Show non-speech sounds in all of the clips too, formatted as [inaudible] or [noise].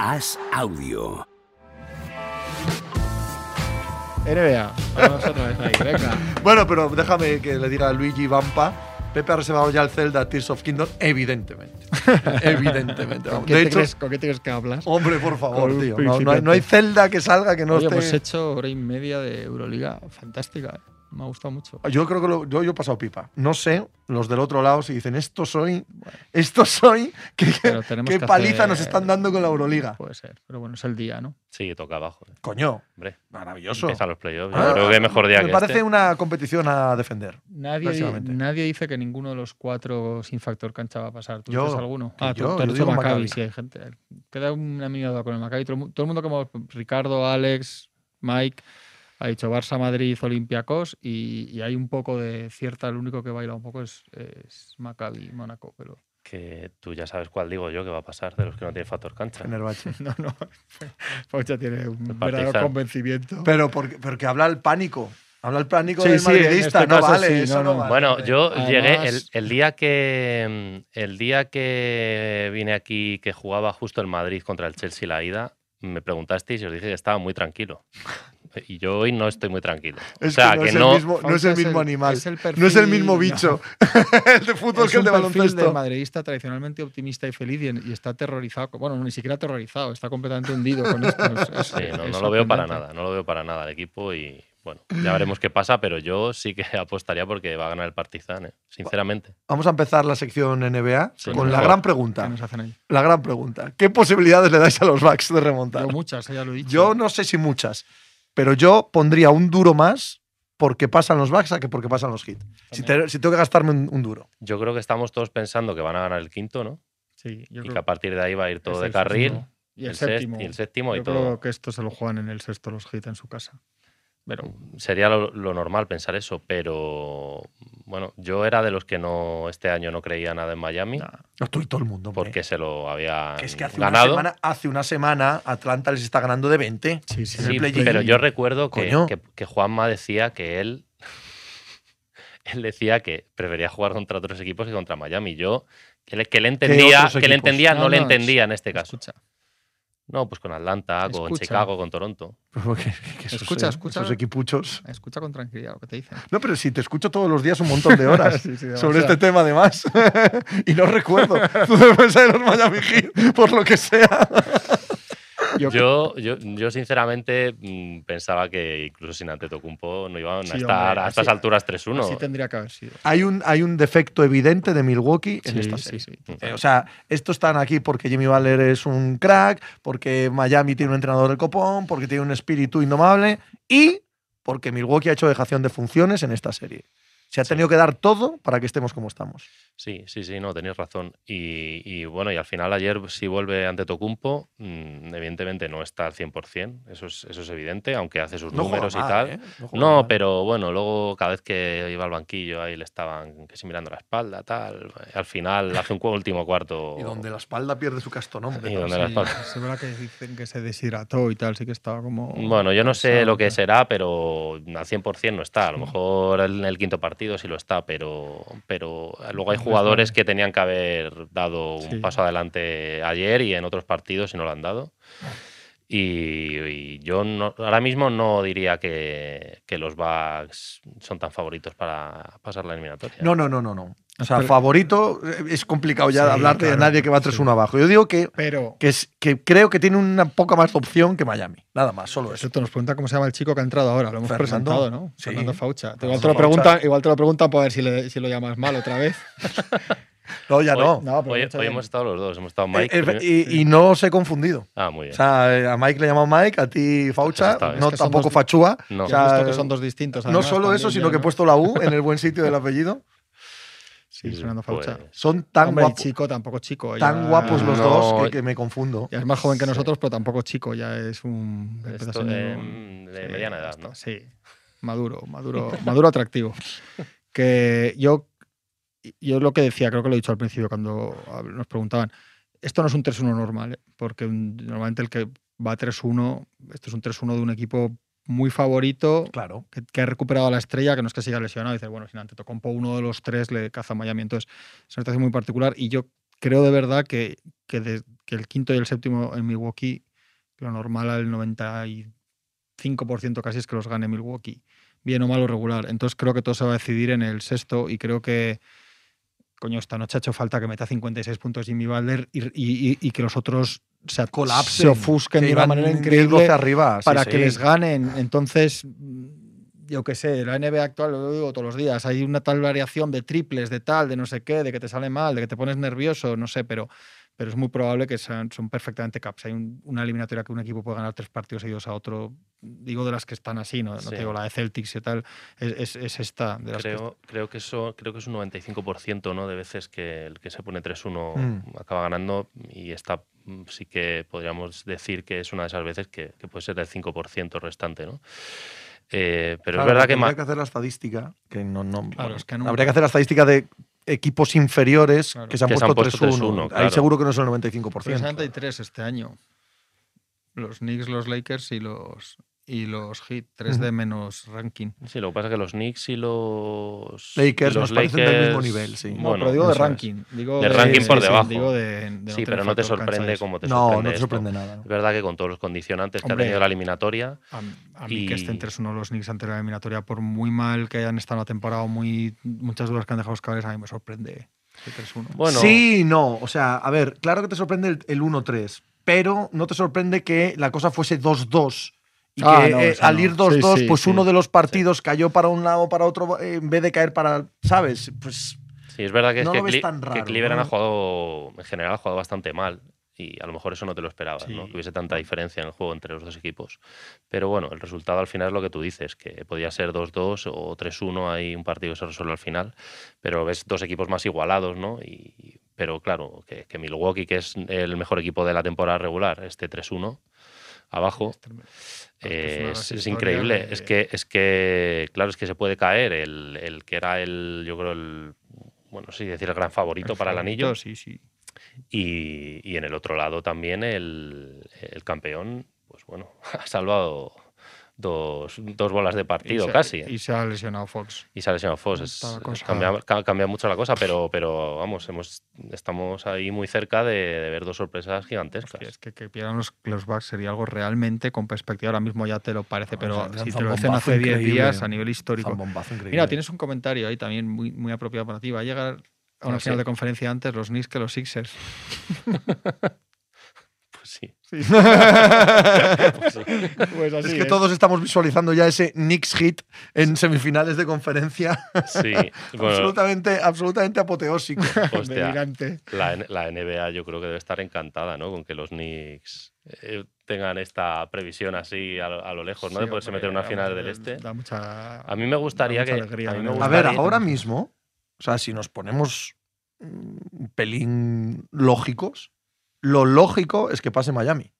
As Audio. NBA, vamos otra vez ahí, venga. Bueno, pero déjame que le diga a Luigi Vampa. Pepe ha reservado ya el Zelda Tears of Kingdom, [laughs] evidentemente. [laughs] evidentemente. ¿Con vamos. qué, De te hecho, crees, con qué te crees que hablas? hombre, por Con favor, un tío. No, no hay, no hay principiante. Zelda que salga que no Oye, pues esté. hemos hecho hora y media de Euroliga, fantástica, ¿eh? me ha gustado mucho. Yo creo que lo- yo, yo he pasado pipa. No sé, los del otro lado, si dicen esto soy, esto soy, [laughs] qué, Pero tenemos qué que paliza hacer- nos están dando con la Euroliga. Puede ser, pero bueno, es el día, ¿no? Sí, toca abajo. eh. Coño, Hombre, maravilloso. empiezan los playoffs. Yo Ah, creo que mejor día Me que parece este. una competición a defender. Nadie, di- Próximamente. nadie dice que ninguno de los cuatro sin factor cancha va a pasar. ¿Tú Yo, dices alguno? que Ah, tú, yo, tú yo has dicho digo Maccabi, Maccabi. sí, hay gente. Queda una mini duda con el Maccabi. Todo, el mu- todo el mundo como Ricardo, Alex, Mike, ha dicho Barça, Madrid, Olympiacos y, y hay un poco de cierta, el único que baila un poco es, es Maccabi, Mónaco, pero [laughs] Que tú ya sabes cuál digo yo que va a pasar de los que no tienen factor cancha. Fenerbahce. no, no. Pocha tiene El un Partizan. verdadero convencimiento. Pero porque, porque habla el pánico. Habla el pánico Sí, del sí, en madridista. este no caso vale, sí, eso no, Eh, no, no. vale. Bueno, Hombre. yo Además- llegué el, el día que mm, el día que vine aquí, que jugaba justo el Madrid contra el Chelsea la ida, me preguntasteis y os dije que estaba [laughs] muy tranquilo. Y yo hoy no estoy muy tranquilo. Es o sea, que no que es el no. mismo, no es el Fonseca mismo animal. es el no es el perfil- mismo no. bicho. [laughs] el de fútbol es que el un de perfil de baloncesto. madridista tradicionalmente optimista y feliz y, en- y está aterrorizado. Bueno, ni siquiera aterrorizado, está completamente hundido con esto. Es- es- Sí, no, es no lo veo para sorprendente. nada, no lo veo para nada el equipo y bueno, ya veremos qué pasa, pero yo sí que [laughs] apostaría porque va a ganar el Partizan, ¿eh? sinceramente. Vamos a empezar la sección NBA Sí, con la mejor. gran ¿Qué pregunta. nos hacen ahí? La gran pregunta. ¿Qué posibilidades le dais a los Bucks de remontar? Yo muchas, eh, ya lo he dicho. Yo no sé si muchas, pero yo pondría un duro más porque pasan los Bucks a que porque pasan los Hits. Si, También. te- si tengo que gastarme un, un duro. Yo creo que estamos todos pensando que van a ganar el quinto, ¿no? Sí, yo Y creo que a partir de ahí va a ir que todo es de el carril, sexto Y el, el, sexto séptimo. y el séptimo y yo todo. creo que esto se lo juegan en el sexto los hits en su casa. Pero Sería lo, lo normal pensar eso, pero bueno, yo era de los que no este año no creía nada en Miami nah, No estoy todo el mundo. hombre. porque se lo había Que es que hace una, ganado. semana, hace una semana Atlanta les está ganando de 20. sí, sí, en Sí, el play-in. pero yo recuerdo que, Coño. que, que Juanma decía que él, [laughs] él decía que prefería jugar contra otros equipos que contra Miami. Yo, que le, que le entendía, otros que le equipos? entendía, no, No, le no, entendía en este caso. Escucha, No, pues con Atlanta, con Escucha. Chicago, con Toronto. Porque- que esos, Escucha, eh, escucha. esos equipuchos. escucha con tranquilidad lo que te dicen. No, pero si te escucho todos los días un montón [laughs] de [laughs] horas Sí, sí, demasiado. sobre este tema, además. [laughs] y no recuerdo. Tú debes de los Miami Heat, por lo que sea. Yo- Yo, yo, yo sinceramente mm, pensaba que incluso sin Antetokounmpo no iban Sí, a hombre, estar a así- estas alturas Así 3-1. tendría que haber sido. Hay un, hay un defecto evidente de Milwaukee en Sí, esta sí, serie. sí, Mm. Eh, o sea, estos están aquí porque Jimmy Butler es un crack, porque Miami tiene un entrenador del copón, porque tiene un espíritu indomable y porque Milwaukee ha hecho dejación de funciones en esta serie. Se ha Sí. tenido que dar todo para que estemos como estamos. Sí, sí, sí, no, tenéis razón. Y, y bueno, y al final ayer si vuelve ante Tocumpo, evidentemente no está al 100%, eso es, eso es evidente, aunque hace sus juega números y mal, tal. ¿eh? No, juega No, mal. pero bueno, luego cada vez que iba al banquillo ahí le estaban que si mirando la espalda, tal. Al final hace un cu- último cuarto. Y donde la espalda pierde su castonombre. y ¿no? donde Sí, la espalda- es verdad que dicen que se deshidrató y tal, sí que estaba como. Bueno, yo no sé cansado, lo que tal. será, pero al 100% no está. A lo Sí. mejor en el quinto partido sí lo está, pero, pero luego hay Entonces, jugadores vale. que tenían que haber dado un Sí. paso adelante ayer y en otros partidos y no lo han dado. Y, y yo no- ahora mismo no diría que, que los Bucks son tan favoritos para pasar la eliminatoria. No, no, no, no, no. O sea, Pero- favorito eh, es complicado ya Sí, hablar de claro, nadie que va 3-1 abajo. Yo digo que, Pero. que, es- que creo que tiene una poca más opción que Miami. Nada más, solo eso. Eso te nos pregunta cómo se llama el chico que ha entrado ahora. Lo hemos Fernando. presentado, ¿no? Sí. Fernando Faucha. Fernando igual, te lo Faucha. preguntan, igual te lo preguntan para ver si, le- si lo llamas mal otra vez. No, ya Hoy- no. No, pero Hoy, mucho hoy bien. hemos estado los dos, hemos estado Eh, Mike. eh, primero- y, y no os he confundido. ah, muy bien. O sea, eh, a Mike le llamamos Mike, a ti Eso Faucha, está bien. no Es que son tampoco dos- Fachúa. No. O Ya sea, has visto que son dos distintos. no además, solo también, eso, sino ya, que ¿no? pues he puesto la U en el buen sitio [laughs] del apellido. Sí, Fernando Faucha. pues, Son tan, Hombre, y guapo- chico, tampoco chico. tan ya- guapos los No. dos que, que me confundo. Ya es más joven que nosotros, pero tampoco chico. Ya es un. empieza a ser esto, un- em, de Sí, mediana ya edad, está, ¿no? Sí, maduro, maduro, [laughs] maduro atractivo. Que yo, yo lo que decía, creo que lo he dicho al principio cuando hab- nos preguntaban, esto no es un 3-1 normal, ¿eh? porque un- normalmente el que va 3-1, esto es un 3-1 de un equipo muy favorito, Claro. que, que ha recuperado a la estrella, que no es que siga lesionado. Dices, bueno, sin Antetokounmpo uno de los tres le caza a Miami. Entonces, es una situación muy particular y yo creo de verdad que, que, de- que el quinto y el séptimo en Milwaukee, lo normal al 95% casi es que los gane Milwaukee, bien o mal o regular. Entonces creo que todo se va a decidir en el sexto y creo que, coño, esta noche ha hecho falta que meta 56 puntos Jimmy Butler y, y- y- y que los otros se, at- Colapsen, se ofusquen que de una iban manera 10-12 increíble arriba, sí, para sí. que les ganen. Entonces, mm, yo qué sé, la NBA actual, lo digo todos los días, hay una tal variación de triples, de tal, de no sé qué, de que te sale mal, de que te pones nervioso, no sé, pero, pero es muy probable que sean, son perfectamente caps. Hay un- una eliminatoria que un equipo puede ganar tres partidos seguidos a otro. Digo de las que están así, no, no Sí. te digo la de Celtics y tal, es, es- es esta. De las que Creo, creo, que eso, creo que es un 95% ¿no? de veces que el que se pone 3-1 Mm. acaba ganando y esta mm, sí que podríamos decir que es una de esas veces que, que puede ser el 5% restante. ¿no? Eh, pero Claro, es verdad que, habría ma- que hacer la estadística, que no, no- bueno, es que no- habría que hacer la estadística de equipos inferiores Claro. que se han Que se han puesto, puesto 3-1. 3-1, Ahí claro. seguro que no es el Pero 95%. solamente hay tres este año. Los Knicks, los Lakers y los y los Heat, 3 de menos ranking. sí, lo que pasa es que los Knicks y los Lakers y nos los parecen del mismo nivel, sí. No, pero digo de eso es. ranking. Digo De ranking por sí, sí, debajo. digo de- de no sí, tener pero no te factor sorprende cansancio. como te No, sorprende. no te esto. sorprende nada. ¿no? Es verdad que con todos los condicionantes que Hombre. ha tenido la eliminatoria, A, a mí que este Y- estén 3-1 los Knicks ante la eliminatoria, por muy mal que hayan estado la temporada o muy, muchas dudas que han dejado los cables, a mí me sorprende ese 3-1. bueno, Sí, no. O sea, a ver, claro que te sorprende el, el 1-3, pero no te sorprende que la cosa fuese 2-2. Y Ah, que no, eh, eso al no. ir 2-2, Sí, sí, pues sí. uno de los partidos cayó para un lado o para otro eh, en vez de caer para, ¿sabes? Pues Sí, es verdad que, No es lo que, ves Cle- tan raro, que Cleveland ¿no? ha jugado, en general, ha jugado bastante mal. Y a lo mejor eso no te lo esperabas, ¿no? Sí. Que hubiese tanta diferencia en el juego entre los dos equipos. Pero bueno, el resultado al final es lo que tú dices, que podía ser 2-2 o 3-1, hay un partido que se resuelve al final, pero ves dos equipos más igualados, ¿no? Y, pero claro, que, que Milwaukee, que es el mejor equipo de la temporada regular, este 3-1 abajo, Ah, que es una eh, de las es, es historias increíble. de- Es que, es que, claro, es que se puede caer el, el que era el, yo creo, el, bueno, sí, decir el gran favorito para el anillo. Sí, sí. Y, y en el otro lado también el, el campeón, pues bueno, [laughs] ha salvado dos, dos bolas de partido se- casi. ¿eh? Y se ha lesionado Fox. Y se ha lesionado Fox. es- Está la es cosa- cambia, ca- cambia mucho la cosa, pero, pero vamos, hemos, estamos ahí muy cerca de, de ver dos sorpresas gigantescas. Hostia, es que, que pierdan los, los Bucks sería algo realmente con perspectiva. Ahora mismo ya te lo parece, No, pero o sea, si lanza te un lo dicen bombazo hace 10 increíble. días a nivel histórico. bombazo increíble. Mira, tienes un comentario ahí también muy, muy apropiado para ti. Va a llegar a una Ah, final sí. de conferencia antes los Knicks que los Sixers. Pues [laughs] sí. Pues así, [laughs] es que ¿eh? todos estamos visualizando ya ese Knicks hit en semifinales de conferencia. Sí. [laughs] Bueno, absolutamente, absolutamente apoteósico. hostia, Delirante. La, N- la NBA yo creo que debe estar encantada, ¿no? Con que los Knicks eh, tengan esta previsión así a lo, a lo lejos, pues ¿no? Sí, de poderse hombre, meter en una da final mucha- del Este. Da mucha... A mí me gustaría mucha que... alegría, a mí me ¿no? A gustaría- ver, ahora mismo, o sea, si nos ponemos mm, un pelín lógicos, lo lógico es que pase Miami.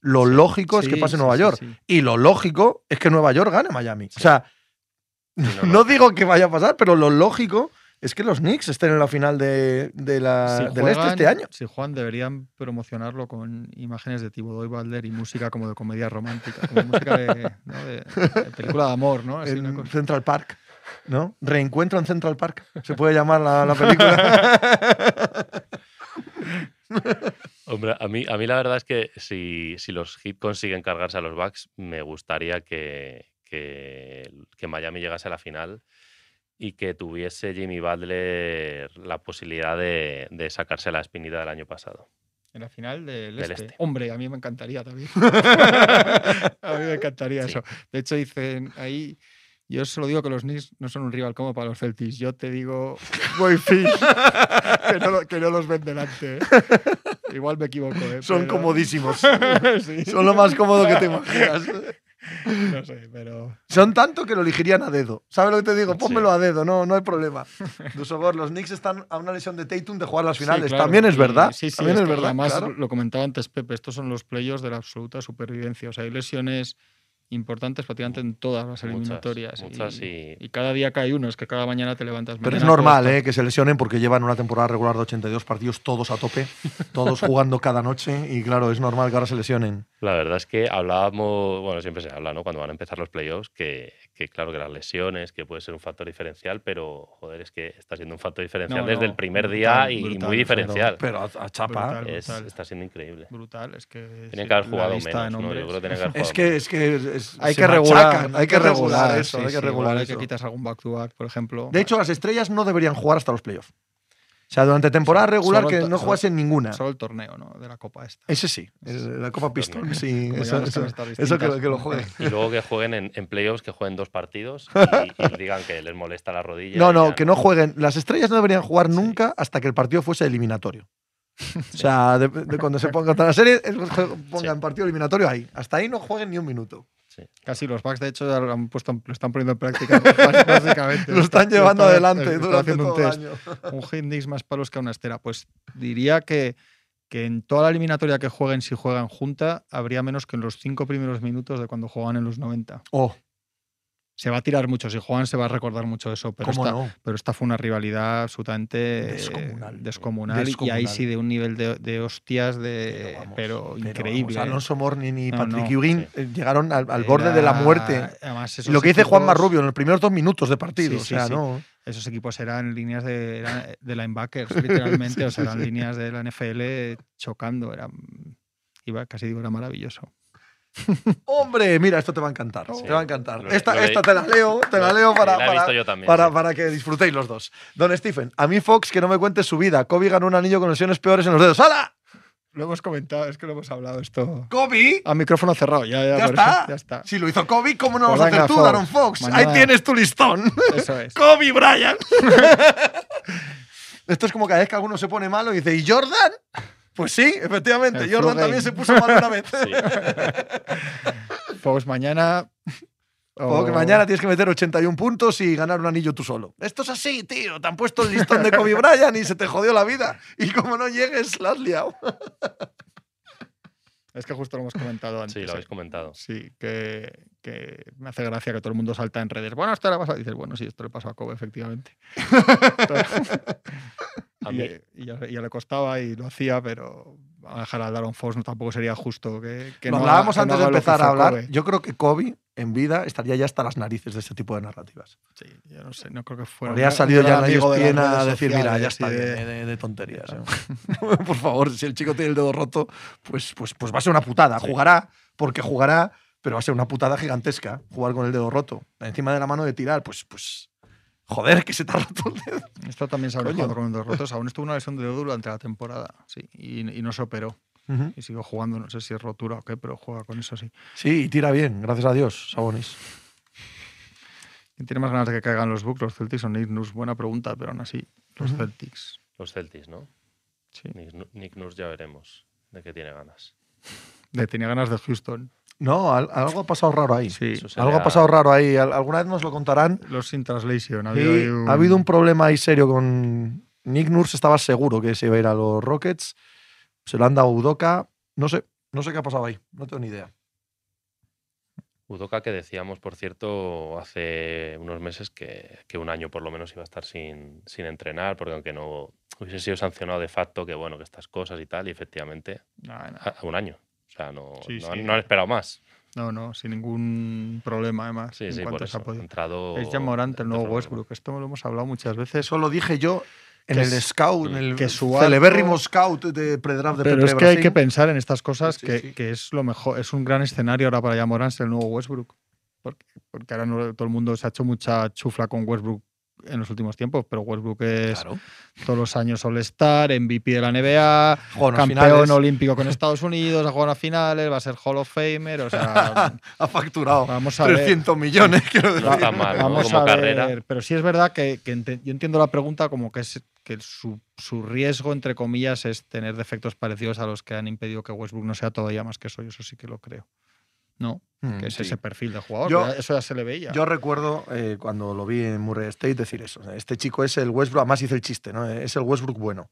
Lo lógico es que Sí, pase sí, Nueva sí, York. sí. Y lo lógico es que Nueva York gane Miami. O sea, [laughs] no, no, no. digo que vaya a pasar, pero lo lógico es que los Knicks estén en la final de, de la, Si del juegan- Este este año. Si Juan, deberían promocionarlo con imágenes de Thibodeau y Butler y música como de comedia romántica, como música de, ¿no? de- de película de amor, ¿no? Así ah, una en cosa. Central Park. ¿No? Reencuentro en Central Park. Se puede llamar la, [laughs] la película. Hombre, a mí, a mí la verdad es que si, si los Heat consiguen cargarse a los Bucks, me gustaría que, que, que Miami llegase a la final y que tuviese Jimmy Butler la posibilidad de, de sacarse la espinita del año pasado. En la final del, Del este. Este. Hombre, a mí me encantaría [laughs] también. a mí me encantaría Sí. eso. De hecho, dicen ahí. Yo solo digo que los Knicks no son un rival como para los Celtics. Yo te digo, [laughs] voy fish, que, no, lo- que no los ven [laughs] delante. ¿eh? Igual me equivoco. ¿eh? Son pero- comodísimos. [laughs] Sí. Son lo más cómodo que te imaginas. [laughs] No sé, pero. Son tanto que lo elegirían a dedo. ¿Sabes lo que te digo? Sí. Pónmelo a dedo, no, no hay problema. Dusogor, los Knicks están a una lesión de Tatum de jugar las finales. Sí, claro, También es y- verdad. Sí, sí, También es es, que verdad. Además, claro. lo comentaba antes Pepe, estos son los playoffs de la absoluta supervivencia. O sea, hay lesiones importantes prácticamente en todas las Muchas, eliminatorias. muchas y- y cada día cae uno, es que cada mañana te levantas. Pero es mañana normal todo está- eh, que se lesionen porque llevan una temporada regular de 82 partidos todos a tope, [laughs] todos jugando cada noche y claro, es normal que ahora se lesionen. La verdad es que hablábamos, bueno, siempre se habla, ¿no? Cuando van a empezar los playoffs, que, que claro que las lesiones, que puede ser un factor diferencial, pero joder, es que está siendo un factor diferencial No, desde no, el primer brutal, día y brutal, muy diferencial. Pero a, a chapa. Brutal. Es- está siendo increíble. pues, Brutal, es que. Tienen sí, que haber la jugado lista menos, de ¿no? Yo nombres. creo que tienen que haber jugado [laughs] Es que, es que es- Hay se que regular, machacan, hay que regular eso, sí, hay que sí, regular igual Hay que eso. quitas algún back to back, por ejemplo. De hecho, las estrellas no deberían jugar hasta los playoffs. O sea, durante temporada regular Solo que el to- no solo- jugasen ninguna. solo el torneo, ¿no? De la Copa esta. Ese sí, es la Copa Pistón. Sí, Como eso, llevan las eso- camisetas eso que, distintas. que [laughs] lo jueguen. Y luego que jueguen en, en playoffs, que jueguen dos partidos y, y digan que les molesta la rodilla. No, y ya no, que no jueguen. Las estrellas no deberían jugar nunca hasta que el partido [laughs] fuese eliminatorio. O sea, de, de cuando se ponga contra la serie, es- pongan Sí. partido eliminatorio ahí. Hasta ahí no jueguen ni un minuto. Casi los backs, de hecho, ya lo, han puesto, lo están poniendo en práctica, [laughs] bás- básicamente. Lo están llevando Lo están- adelante están durante haciendo un todo el test. [laughs] año. un Hindix más palos que a una estera. Pues diría que, que en toda la eliminatoria que jueguen, si juegan junta, habría menos que en los cinco primeros minutos de cuando juegan en los 90. Oh, Se va a tirar mucho, si juegan se va a recordar mucho eso, pero, cómo esta, no. pero esta fue una rivalidad absolutamente eh, Descomunal. descomunal, y Descomunal. ahí sí de un nivel de, de hostias de, Pero pero, vamos, increíble. eh. Pero, vamos, Alonso Morning y No, Patrick no. Ewing Sí. eh, llegaron al, al borde de la Era- muerte. Además, Lo que dice Juan Juan Marrubio en los primeros dos minutos de partido. Sí, o sí, sea, sí. no. esos equipos eran líneas de, eran de [laughs] linebackers, literalmente, o sea, eran líneas de la NFL chocando, era, iba, casi digo, era maravilloso. Hombre, mira, esto te va a encantar. Sí. Te va a encantar. Lo- esta lo esta leí. te la leo, te la leo para, la he visto para- yo también. para, sí. para que disfrutéis los dos. Don Stephen, a mí Fox que no me cuente su vida. Kobe ganó un anillo con lesiones peores en los dedos. ¡Hala! Lo hemos comentado, es que lo hemos hablado esto. ¡Kobe! A micrófono cerrado, ya, ya, Ya por está. eso, ya [laughs] está. Si lo hizo Kobe, ¿cómo no lo Pues vas a venga, hacer tú, Fox. Aaron Fox? Mañana. Ahí tienes tu listón. [laughs] Eso es. Kobe Bryant. [laughs] Esto es como cada vez que alguno se pone malo y dice, ¿y Jordan? Pues sí, efectivamente, El Jordan Flow también Game. se puso malo una vez. [laughs] Sí. Fox mañana. O que o- mañana tienes que meter 81 puntos y ganar un anillo tú solo. Esto es así, tío. Te han puesto el listón de Kobe Bryant y se te jodió la vida. Y como no llegues, la has liado. Es que justo lo hemos comentado antes. Sí, lo ¿eh? habéis comentado. Sí, que, que me hace gracia que todo el mundo salta en redes. Bueno, esto le pasa. Dices, bueno, sí, esto le pasó a Kobe, [laughs] efectivamente. A y, mí- y ya, ya le costaba y lo hacía, pero a dejar a Daron Fox no, tampoco sería justo que, que lo no haga- hablábamos que no antes de haga lo que empezar a hizo hablar. Kobe. Yo creo que Kobe en vida estaría ya hasta las narices de este tipo de narrativas. Sí, yo no sé, no creo que fuera. Habría un- salido un ya gran la amigo de las ESPN a redes decir, mira, ya sociales está, y de- de, de- [laughs] de tonterías. ¿eh?". [laughs] Por favor, si el chico tiene el dedo roto, pues, pues, pues va a ser una putada. Sí. Jugará, porque jugará, pero va a ser una putada gigantesca jugar con el dedo roto. Encima de la mano de tirar, pues, pues, joder, que se te ha roto el dedo. Esto también se ha Coño. jugado con los dos rotos. Aún estuvo una lesión de dedo durante la temporada, sí, y, y no se operó. Y siguió jugando, no sé si es rotura o qué, pero juega con eso, sí. Sí, y tira bien, gracias a Dios, Sabonis. ¿Quién tiene más ganas de que caigan los Bucks, los Celtics o Nick Nurse? Buena pregunta, pero aún así, los Celtics. Los Celtics, ¿no? Sí. Nick, Nu- Nick Nurse ya veremos de qué tiene ganas. Le tenía ganas de Houston. No, al- algo ha pasado raro ahí. Sí. pues Eso sería- Algo ha pasado raro ahí. Al- Alguna vez nos lo contarán. Los sin translation. Ha Sí, habido, ahí un... ha habido un problema ahí serio con Nick Nurse. Estaba seguro que se iba a ir a los Rockets. Se lo han dado a Udoca. No sé, no sé qué ha pasado ahí. No tengo ni idea. Udoka, que decíamos, por cierto, hace unos meses que, que un año por lo menos iba a estar sin, sin entrenar, porque aunque no hubiese sido sancionado de facto, que bueno, que estas cosas y tal, y efectivamente, Nah, nah. a, a un año. O sea, no, Sí, no han- sí. no han [laughs] esperado más. No, no, sin ningún problema, además. Sí, en sí, por cuanto se eso. ha Ha podido. entrado Es Jan Morant, el dentro nuevo del Westbrook. Esto lo hemos hablado muchas veces. Eso lo dije yo en Que el es- scout, en el que su celebérrimo arco- scout de predraft de Pero Pepe es que hay Brasil. que pensar en estas cosas, Sí, que, sí. que es lo mejor, es un gran escenario ahora para Jamoran ser el nuevo Westbrook. Porque, porque ahora no- todo el mundo se ha hecho mucha chufla con Westbrook en los últimos tiempos, pero Westbrook es Claro. todos los años All-Star, MVP de la NBA, Juega unas campeón finales, olímpico con Estados Unidos, ha jugado a finales, va a ser Hall of Famer, o [laughs] sea, [laughs] ha facturado vamos a ver. 300 millones. Quiero No decir. está mal, ¿no? Vamos Como a ver, carrera. pero sí es verdad que, que ente- yo entiendo la pregunta como que es que su, su riesgo, entre comillas, es tener defectos parecidos a los que han impedido que Westbrook no sea todavía más que eso. Yo eso sí que lo creo. No, Mm, que es sí. ese perfil de jugador. Yo- pero eso ya se le veía. Yo recuerdo eh, cuando lo vi en Murray State decir eso. Este chico es el Westbrook, además hice el chiste, ¿no? Es el Westbrook bueno.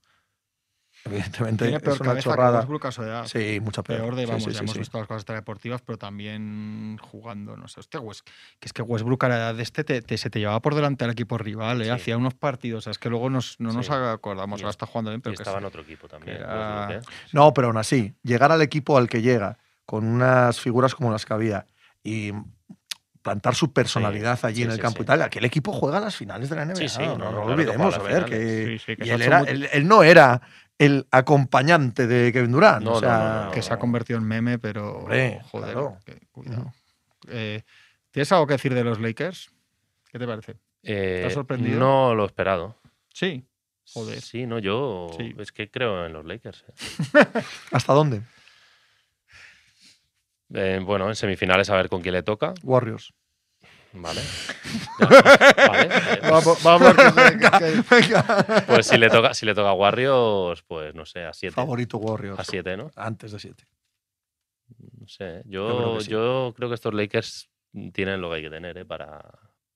Evidentemente Tiene peor es una cabeza que chorrada. Westbrook a su edad. Sí, mucha peor. Peor de, Sí, vamos, sí, ya sí, hemos sí. visto las cosas deportivas, pero también jugando, no sé, hostia, Wes- que es que Westbrook a la edad de este te, te- se te llevaba por delante al equipo rival, ¿eh? Sí. hacía unos partidos, o sea, es que luego nos- no nos Sí. acordamos, Y ahora es- está jugando bien, Y pero que estaba es- en otro equipo también. que era- Westbrook, ¿eh? No, pero aún así, llegar al equipo al que llega, con unas figuras como las que había, y plantar su personalidad Sí, allí sí, en el sí, campo sí. y tal. Aquel equipo juega las finales de la NBA. Sí, sí, no, no no, no, lo claro que olvidemos, juega a las ver, que, Sí, sí, que ¿eh? y se ha él, hecho era, muy- él, él no era el acompañante de Kevin Durant. No, o no, sea, no, no, que se ha convertido en meme, pero Hombre, joder, claro. que- cuidado. Eh, ¿Tienes algo que decir de los Lakers? ¿Qué te parece? Eh, ¿Te ha sorprendido? No lo esperado. Sí. Joder. Sí, no, yo Sí. es que creo en los Lakers. eh. ¿Hasta dónde? Eh, bueno, en semifinales a ver con quién le toca. Warriors. [laughs] [laughs] Vale. Vale, vale. Vamos, vamos, que- que- [laughs] que- Pues si le toca, si le toca a Warriors, pues no sé, a 7. Favorito Warriors. A 7, ¿no? Antes de 7. No sé. ¿eh? Yo creo Yo, yo, que sí. creo que estos Lakers tienen lo que hay que tener ¿eh? para,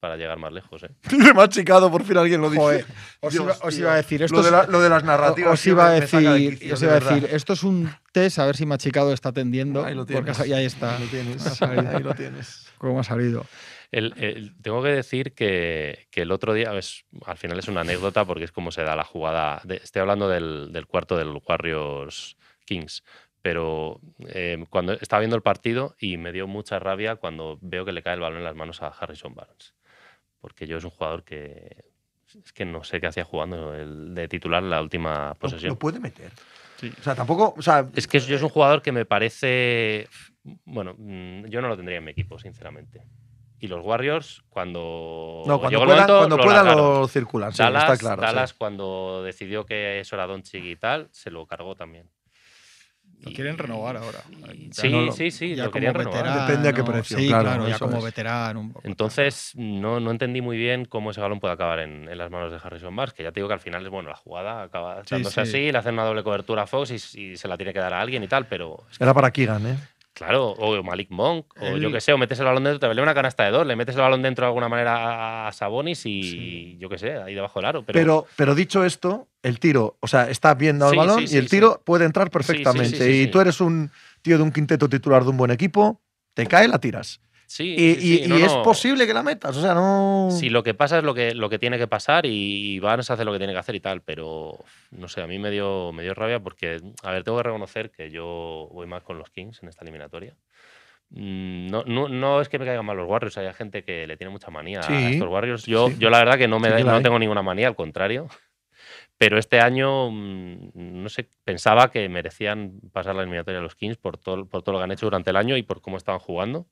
para llegar más lejos. ¿eh? [laughs] Me ha chicado, por fin alguien lo dice. joder, os, Dios, iba, os tío. iba a decir esto. lo, de es- la- lo de las narrativas. os tío, iba a me- me saca de decir, quicio, os de iba a verdad. decir, esto es un test, a ver si Machicado está atendiendo. Ahí lo porque tienes. y ahí está, Ahí lo [laughs] tienes. Ha salido. Ahí lo tienes. cómo ha salido. El- el- tengo que decir que, que el otro día, es, al final es una anécdota porque es como se da la jugada. de- estoy hablando del, del cuarto del Warriors Kings, pero eh, cuando estaba viendo el partido y me dio mucha rabia cuando veo que le cae el balón en las manos a Harrison Barnes, porque yo es un jugador que es que no sé qué hacía jugando el, de titular la última Lo, posesión. lo puede meter. Sí. O sea, tampoco. O sea, Pues Es que yo es un jugador que me parece. Bueno, mm, yo no lo tendría en mi equipo, sinceramente. Y los Warriors, cuando. no, cuando llegó el puedan, momento, cuando lo puedan largaron. lo circulan. sí, Dallas, está claro. Dallas sí. cuando decidió que eso era Doncic y tal, se lo cargó también. Lo Y- quieren renovar ahora. y- Ya sí, no lo- sí, sí, ya lo como querían renovar. veterano. Depende a qué precio, Sí, claro, claro, ya eso como es. veterano. un poco. Entonces, no, no entendí muy bien cómo ese balón puede acabar en, en las manos de Harrison Barnes, que ya te digo que al final es bueno, la jugada acaba Sí, echándose sí. así, le hacen una doble cobertura a Fox y, y se la tiene que dar a alguien y tal, pero es Era para Keegan, ¿eh? Claro, o Malik Monk, o El- yo que sé, o metes el balón dentro, te pelea una canasta de dos, le metes el balón dentro de alguna manera a- a Sabonis y Sí. yo que sé, ahí debajo del aro. Pero, Pero, pero dicho esto, el tiro, o sea, estás viendo al Sí, balón sí, sí, y el sí. tiro puede entrar sí, sí, perfectamente. sí, y sí. tú eres un tío de un quinteto titular de un buen equipo, te cae, la tiras. sí, Y, sí, y- sí, y no, es no. posible que la metas, o sea, no. Sí, lo que pasa es lo que, lo que tiene que pasar y, y Barnes hace lo que tiene que hacer y tal, pero no sé, a mí me dio, me dio rabia porque, a ver, tengo que reconocer que yo voy más con los Kings en esta eliminatoria. Mm, No, no, no es que me caigan mal los Warriors, hay gente que le tiene mucha manía Sí, a estos Warriors. Yo, sí. yo la verdad que no, me Sí da- que la no hay. tengo ninguna manía, al contrario. Pero este año, mm, no sé, pensaba que merecían pasar la eliminatoria a los Kings por todo, por todo lo que han hecho durante el año y por cómo estaban jugando.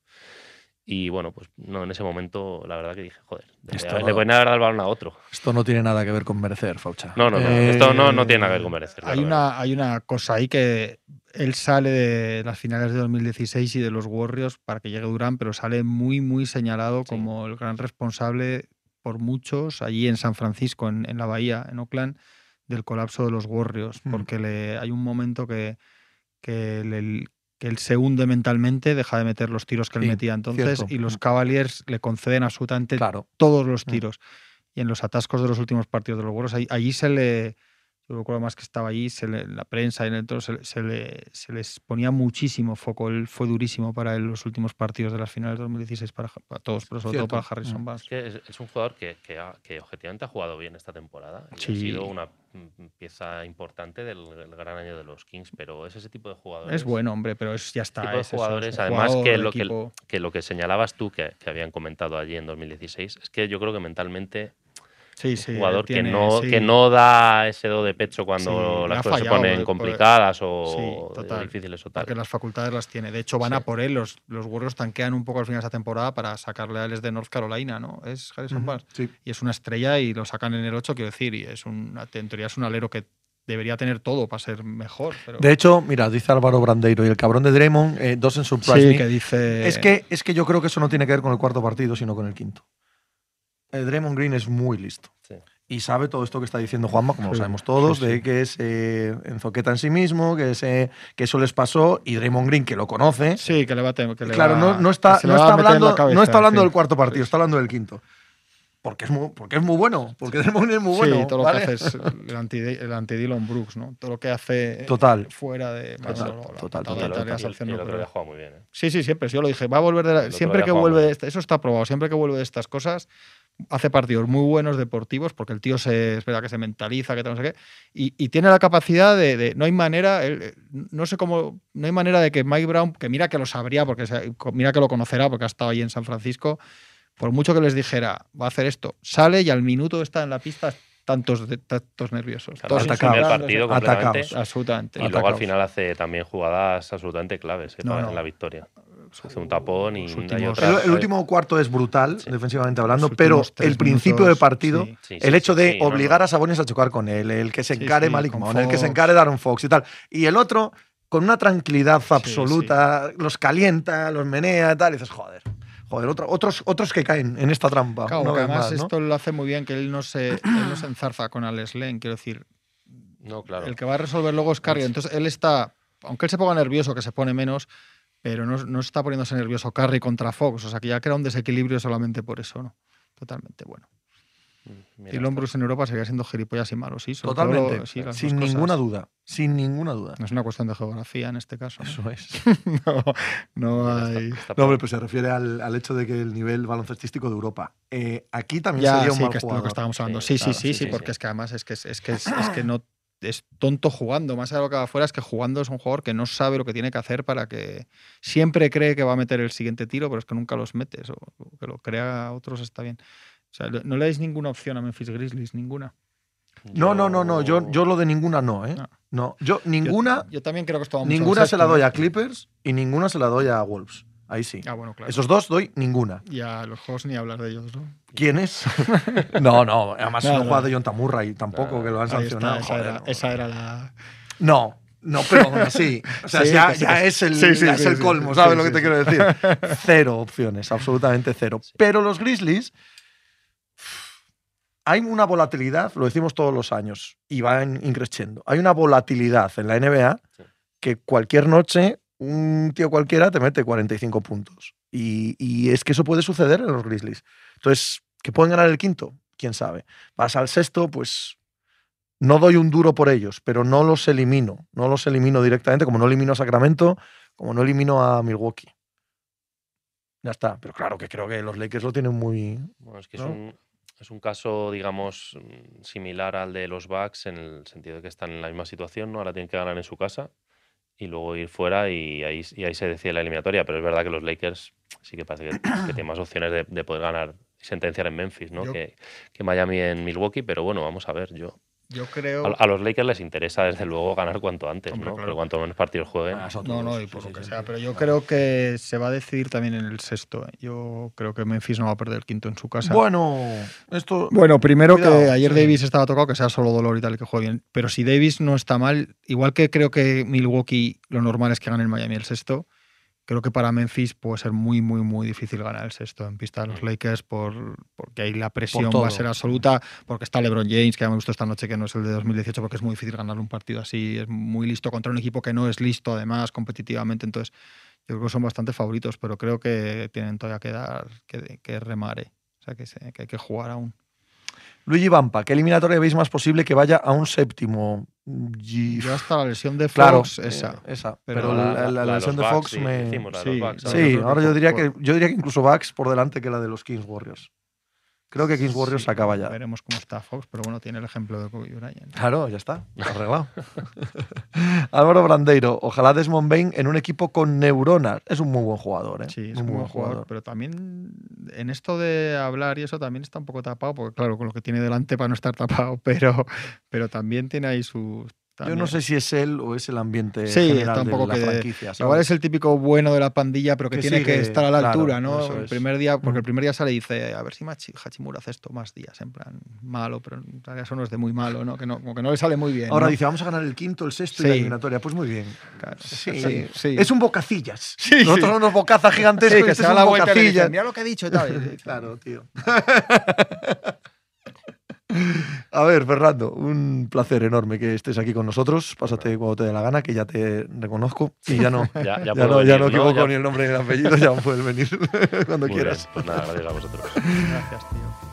Y bueno, pues no, en ese momento la verdad que dije, joder, le Esto voy a- no. le pueden haber dado el balón a otro. Esto no tiene nada que ver con merecer, Faucha. No, no, no, Eh, esto no, no tiene nada que ver con merecer. la Hay verdad. una, hay una cosa ahí que él sale de las finales de 2016 y de los Warriors para que llegue Durán, pero sale muy, muy señalado Sí. como el gran responsable por muchos allí en San Francisco, en, en la bahía, en Oakland, del colapso de los Warriors, Hmm. porque le, hay un momento que, que, le- que él se hunde mentalmente, deja de meter los tiros que él Sí, metía entonces cierto. y los Hmm. Cavaliers le conceden absolutamente Claro. todos los Mm. tiros. Y en los atascos de los últimos partidos de los Warriors, ahí- allí se le. Yo recuerdo más que estaba allí, se le- la prensa y en el todo, se, le- se le- se les ponía muchísimo foco. Él fue durísimo para él los últimos partidos de las finales de 2016 para, Ja- para todos, pero sobre Cierto. todo para Harrison Mm. Barnes. Es que es, es un jugador que, que ha- que objetivamente ha jugado bien esta temporada. y Sí. ha sido una mm, pieza importante del, del gran año de los Kings, pero es ese tipo de jugadores. Es buen hombre, pero es, ya está. tipo de es eso, es jugadores, un además, jugador, que el lo que- equipo- que lo que señalabas tú, que, que habían comentado allí en 2016, es que yo creo que mentalmente Sí, un sí, él jugador tiene- que, no, sí. que no da ese do de pecho Sí, cuando le ha las cosas fallado, se eh, ponen complicadas o sí, total. difíciles o tal. Porque las facultades las tiene. De hecho, van a Sí. por él. Los, los Warriors tanquean un poco al final de esa temporada para sacarle a él de North Carolina, ¿no? Es Harrison Barnes. Sí. y es una estrella y lo sacan en el 8, quiero decir, y es un, en teoría es un alero que debería tener todo para ser mejor. Pero... De hecho, mira, dice Álvaro Brandeiro y el cabrón de Draymond, eh, dos en Surprise sí, Me. que dice... Es que, es que yo creo que eso no tiene que ver con el cuarto partido, sino con el quinto. Eh, Draymond Green es muy listo. Sí. Y sabe todo esto que está diciendo Juanma, como lo Sí, sabemos todos, sí, sí. de que se eh, enzoqueta en sí mismo, que, se, que eso les pasó, y Draymond Green, que lo conoce, Sí, que le va a... tem- Que le claro, va- no, no que está, se le no, va está a meter en la hablando, cabeza, no está hablando en fin. del cuarto partido, está hablando del quinto. Porque es muy, porque es muy bueno, porque Draymond Green es muy bueno. sí, todo ¿vale? lo que hace es el anti- el anti-Dylan Brooks, ¿no? Todo lo que hace eh, Total. fuera de... Total, Bueno, no, la total, patada Total, y tal, el, la otro- y sanción el no, otro pero- día juega muy bien. ¿eh? Sí, Sí, sí, siempre. Yo lo dije. Va a volver de la- El otro Siempre día que jugamos. vuelve... de esta- Eso está probado. Siempre que vuelve de estas cosas, hace partidos muy buenos deportivos, porque el tío se, es verdad que se mentaliza, que tal, no sé qué, y, y tiene la capacidad de, de- no hay manera, él, eh, no sé cómo, no hay manera de que Mike Brown, que mira que lo sabría, porque se- mira que lo conocerá, porque ha estado ahí en San Francisco, por mucho que les dijera, va a hacer esto, sale y al minuto está en la pista tantos, de- tantos nerviosos. Claro, Todos el atacados. primer insultando, partido atacados. completamente. Atacados. Absolutamente. Y luego al Atacaos. final hace también jugadas absolutamente claves eh, No, para no. la victoria. Hace un tapón y Los hay últimos- otra- El, el último cuarto es brutal, Sí. defensivamente Los hablando, últimos Ah, pero tres el principio minutos, de partido, sí. Sí, sí, el hecho sí, de sí, no, obligar no. a Sabonis a chocar con él, el que se Sí, encare sí, Malik con Monk, el que se Fox. encare Darren Fox y tal. Y el otro, con una tranquilidad absoluta, los calienta, los menea y tal. Y dices, joder, joder, otro- otros, otros que caen en esta trampa. Claro, una porque vez además más, ¿no? Ah. esto lo hace muy bien, que él no se, él no se enzarza con Alex Lane, quiero decir, No, claro. El que va a resolver luego es Carrion. Entonces él está, aunque él se ponga nervioso, que se pone menos, pero no, no está poniéndose nervioso Carry contra Fox. O sea que ya crea un desequilibrio solamente por eso, ¿no? Totalmente bueno. Mira, y Lombrus en Europa seguía siendo gilipollas y malo, sí. sobre todo lo- Totalmente, sí, las sin dos cosas. ninguna duda, sin ninguna duda. [laughs] No es una cuestión de geografía en este caso. Eso es. [laughs] No, no, no hay. está No, pa- hombre, pues se refiere al, al hecho de que el nivel baloncestístico de Europa. Eh, aquí también Ya, sería un sí, mal que es lo que jugador. estábamos hablando. Sí, Sí, sí, claro, sí, sí, sí, sí, porque sí. es que además es que es, es que es, Ah. es que no es tonto jugando, más allá de lo que haga afuera, es que jugando es un jugador que no sabe lo que tiene que hacer para que siempre cree que va a meter el siguiente tiro, pero es que nunca los metes, o o que lo crea a otros está bien. O sea, le- no le dais ninguna opción a Memphis Grizzlies, ninguna. No, no, no, no. Yo, yo lo de ninguna no, ¿eh? No. No. Yo- Yo ninguna, Yo, también creo que esto va mucho al ninguna se la sexto, doy ¿no? a Clippers y ninguna se la doy a Wolves. Ahí sí. Ah, bueno, claro. Esos dos doy ninguna. Y a los juegos ni hablar de ellos, ¿no? [laughs] ¿Quién es? no, no. Además, No, no, no. jugada de John Tamurray tampoco, No, que lo han Ahí sancionado. está, esa, joder, era, no. esa era la. No, no, pero aún así. O sea, Sí, ya, que sí, ya que es el, sí, sí, ya es sí, el sí, colmo, sí, ¿sabes sí, lo que sí, te sí. quiero decir? [laughs] Cero opciones, absolutamente cero. Pero los Grizzlies. Hay una volatilidad, lo decimos todos los años, y va en- increciendo. Hay una volatilidad en la NBA Sí. que cualquier noche un tío cualquiera te mete 45 puntos. Y, y es que eso puede suceder en los Grizzlies. Entonces, ¿que pueden ganar el quinto? ¿Quién sabe? Vas al sexto, pues no doy un duro por ellos, pero no los elimino. No los elimino directamente, como no elimino a Sacramento, como no elimino a Milwaukee. Ya está. Pero claro que creo que los Lakers lo tienen muy. Bueno, es que ¿no? es, un, es un caso, digamos, mm, similar al de los Bucks en el sentido de que están en la misma situación, ¿no? Ahora tienen que ganar en su casa y luego ir fuera y ahí, y ahí se decide la eliminatoria. Pero es verdad que los Lakers sí que parece que, que tienen más opciones de, de poder ganar y sentenciar en Memphis, ¿no? Yo- Que, que Miami en Milwaukee, pero bueno, vamos a ver. Yo Yo creo. a, a los Lakers les interesa desde luego ganar cuanto antes, Hombre, ¿no? claro. Pero cuanto menos partidos jueguen. Ah, No, no, y por lo que sea. Pero yo creo que se va a decidir también en el sexto. ¿eh? Yo creo que Memphis no va a perder el quinto en su casa. Bueno, esto. Bueno, primero que Cuidado, ayer sí. Davis estaba tocado, que sea solo dolor y tal, y que juegue bien. Pero si Davis no está mal, igual que creo que Milwaukee lo normal es que gane el Miami el sexto, creo que para Memphis puede ser muy, muy, muy difícil ganar el sexto en pista de los Lakers por, porque ahí la presión todo. va a ser absoluta, porque está LeBron James, que ya me gustó esta noche, que no es el de 2018, porque es muy difícil ganar un partido así, es muy listo contra un equipo que no es listo además competitivamente, entonces yo creo que son bastante favoritos, pero creo que tienen todavía que dar, que, que remar, ¿eh? o sea, que, se- que hay que jugar aún. Luigi Vampa, ¿qué eliminatoria veis más posible que vaya a un séptimo? Y- Yo hasta la lesión de Fox, Claro, esa. eh, esa. Pero, Pero la, la- la- la de los lesión de Bucks, Fox sí, me. decimos la de los sí, Bucks, ¿sabes? Sí, Yo creo ahora que yo diría por- que yo diría que incluso Bucks por delante que la de los Kings Warriors. Creo que Kings Warriors Sí, acaba ya. Veremos cómo está Fox, pero bueno, tiene el ejemplo de Kobe Bryant. Claro, ya está, arreglado. [laughs] Álvaro Brandeiro, ojalá Desmond Bain en un equipo con neuronas. Es un muy buen jugador, ¿eh? Sí, es Muy un buen buen jugador, pero también en esto de hablar y eso también está un poco tapado, porque claro, con lo que tiene delante para no estar tapado, [laughs] pero, pero también tiene ahí su... Yo no sé si es él o es el ambiente Sí, general está un poco de la que- franquicia. ¿sabes? Igual es el típico bueno de la pandilla, pero que, Que tiene sigue, que estar a la claro, altura, eso ¿no? El es. primer día, porque Mm. el primer día sale y dice, a ver si Machi- Hachimura hace esto más días, en plan, malo, pero en realidad eso no es de muy malo, ¿no? Que no, como que no le sale muy bien. Ahora ¿no? dice, vamos a ganar el quinto, el sexto y Sí. la eliminatoria. Pues muy bien. Claro. Sí, Sí, sí. Es un bocacillas. Sí, Nosotros sí. somos unos bocazas Sí, gigantescos. que se este es da un la vuelta y le bocacillas. dicen, mira lo que he dicho y tal. Y- [laughs] Claro, tío. A ver, Fernando, un placer enorme que estés aquí con nosotros. Pásate cuando te dé la gana, que ya te reconozco. Y [laughs] ya no, Ya, ya ya puedo no, ya no venir, ¿no? equivoco Ya- ni el nombre ni el apellido, ya puedes venir [laughs] cuando Muy bien, quieras. pues nada, gracias a vosotros. Gracias, tío.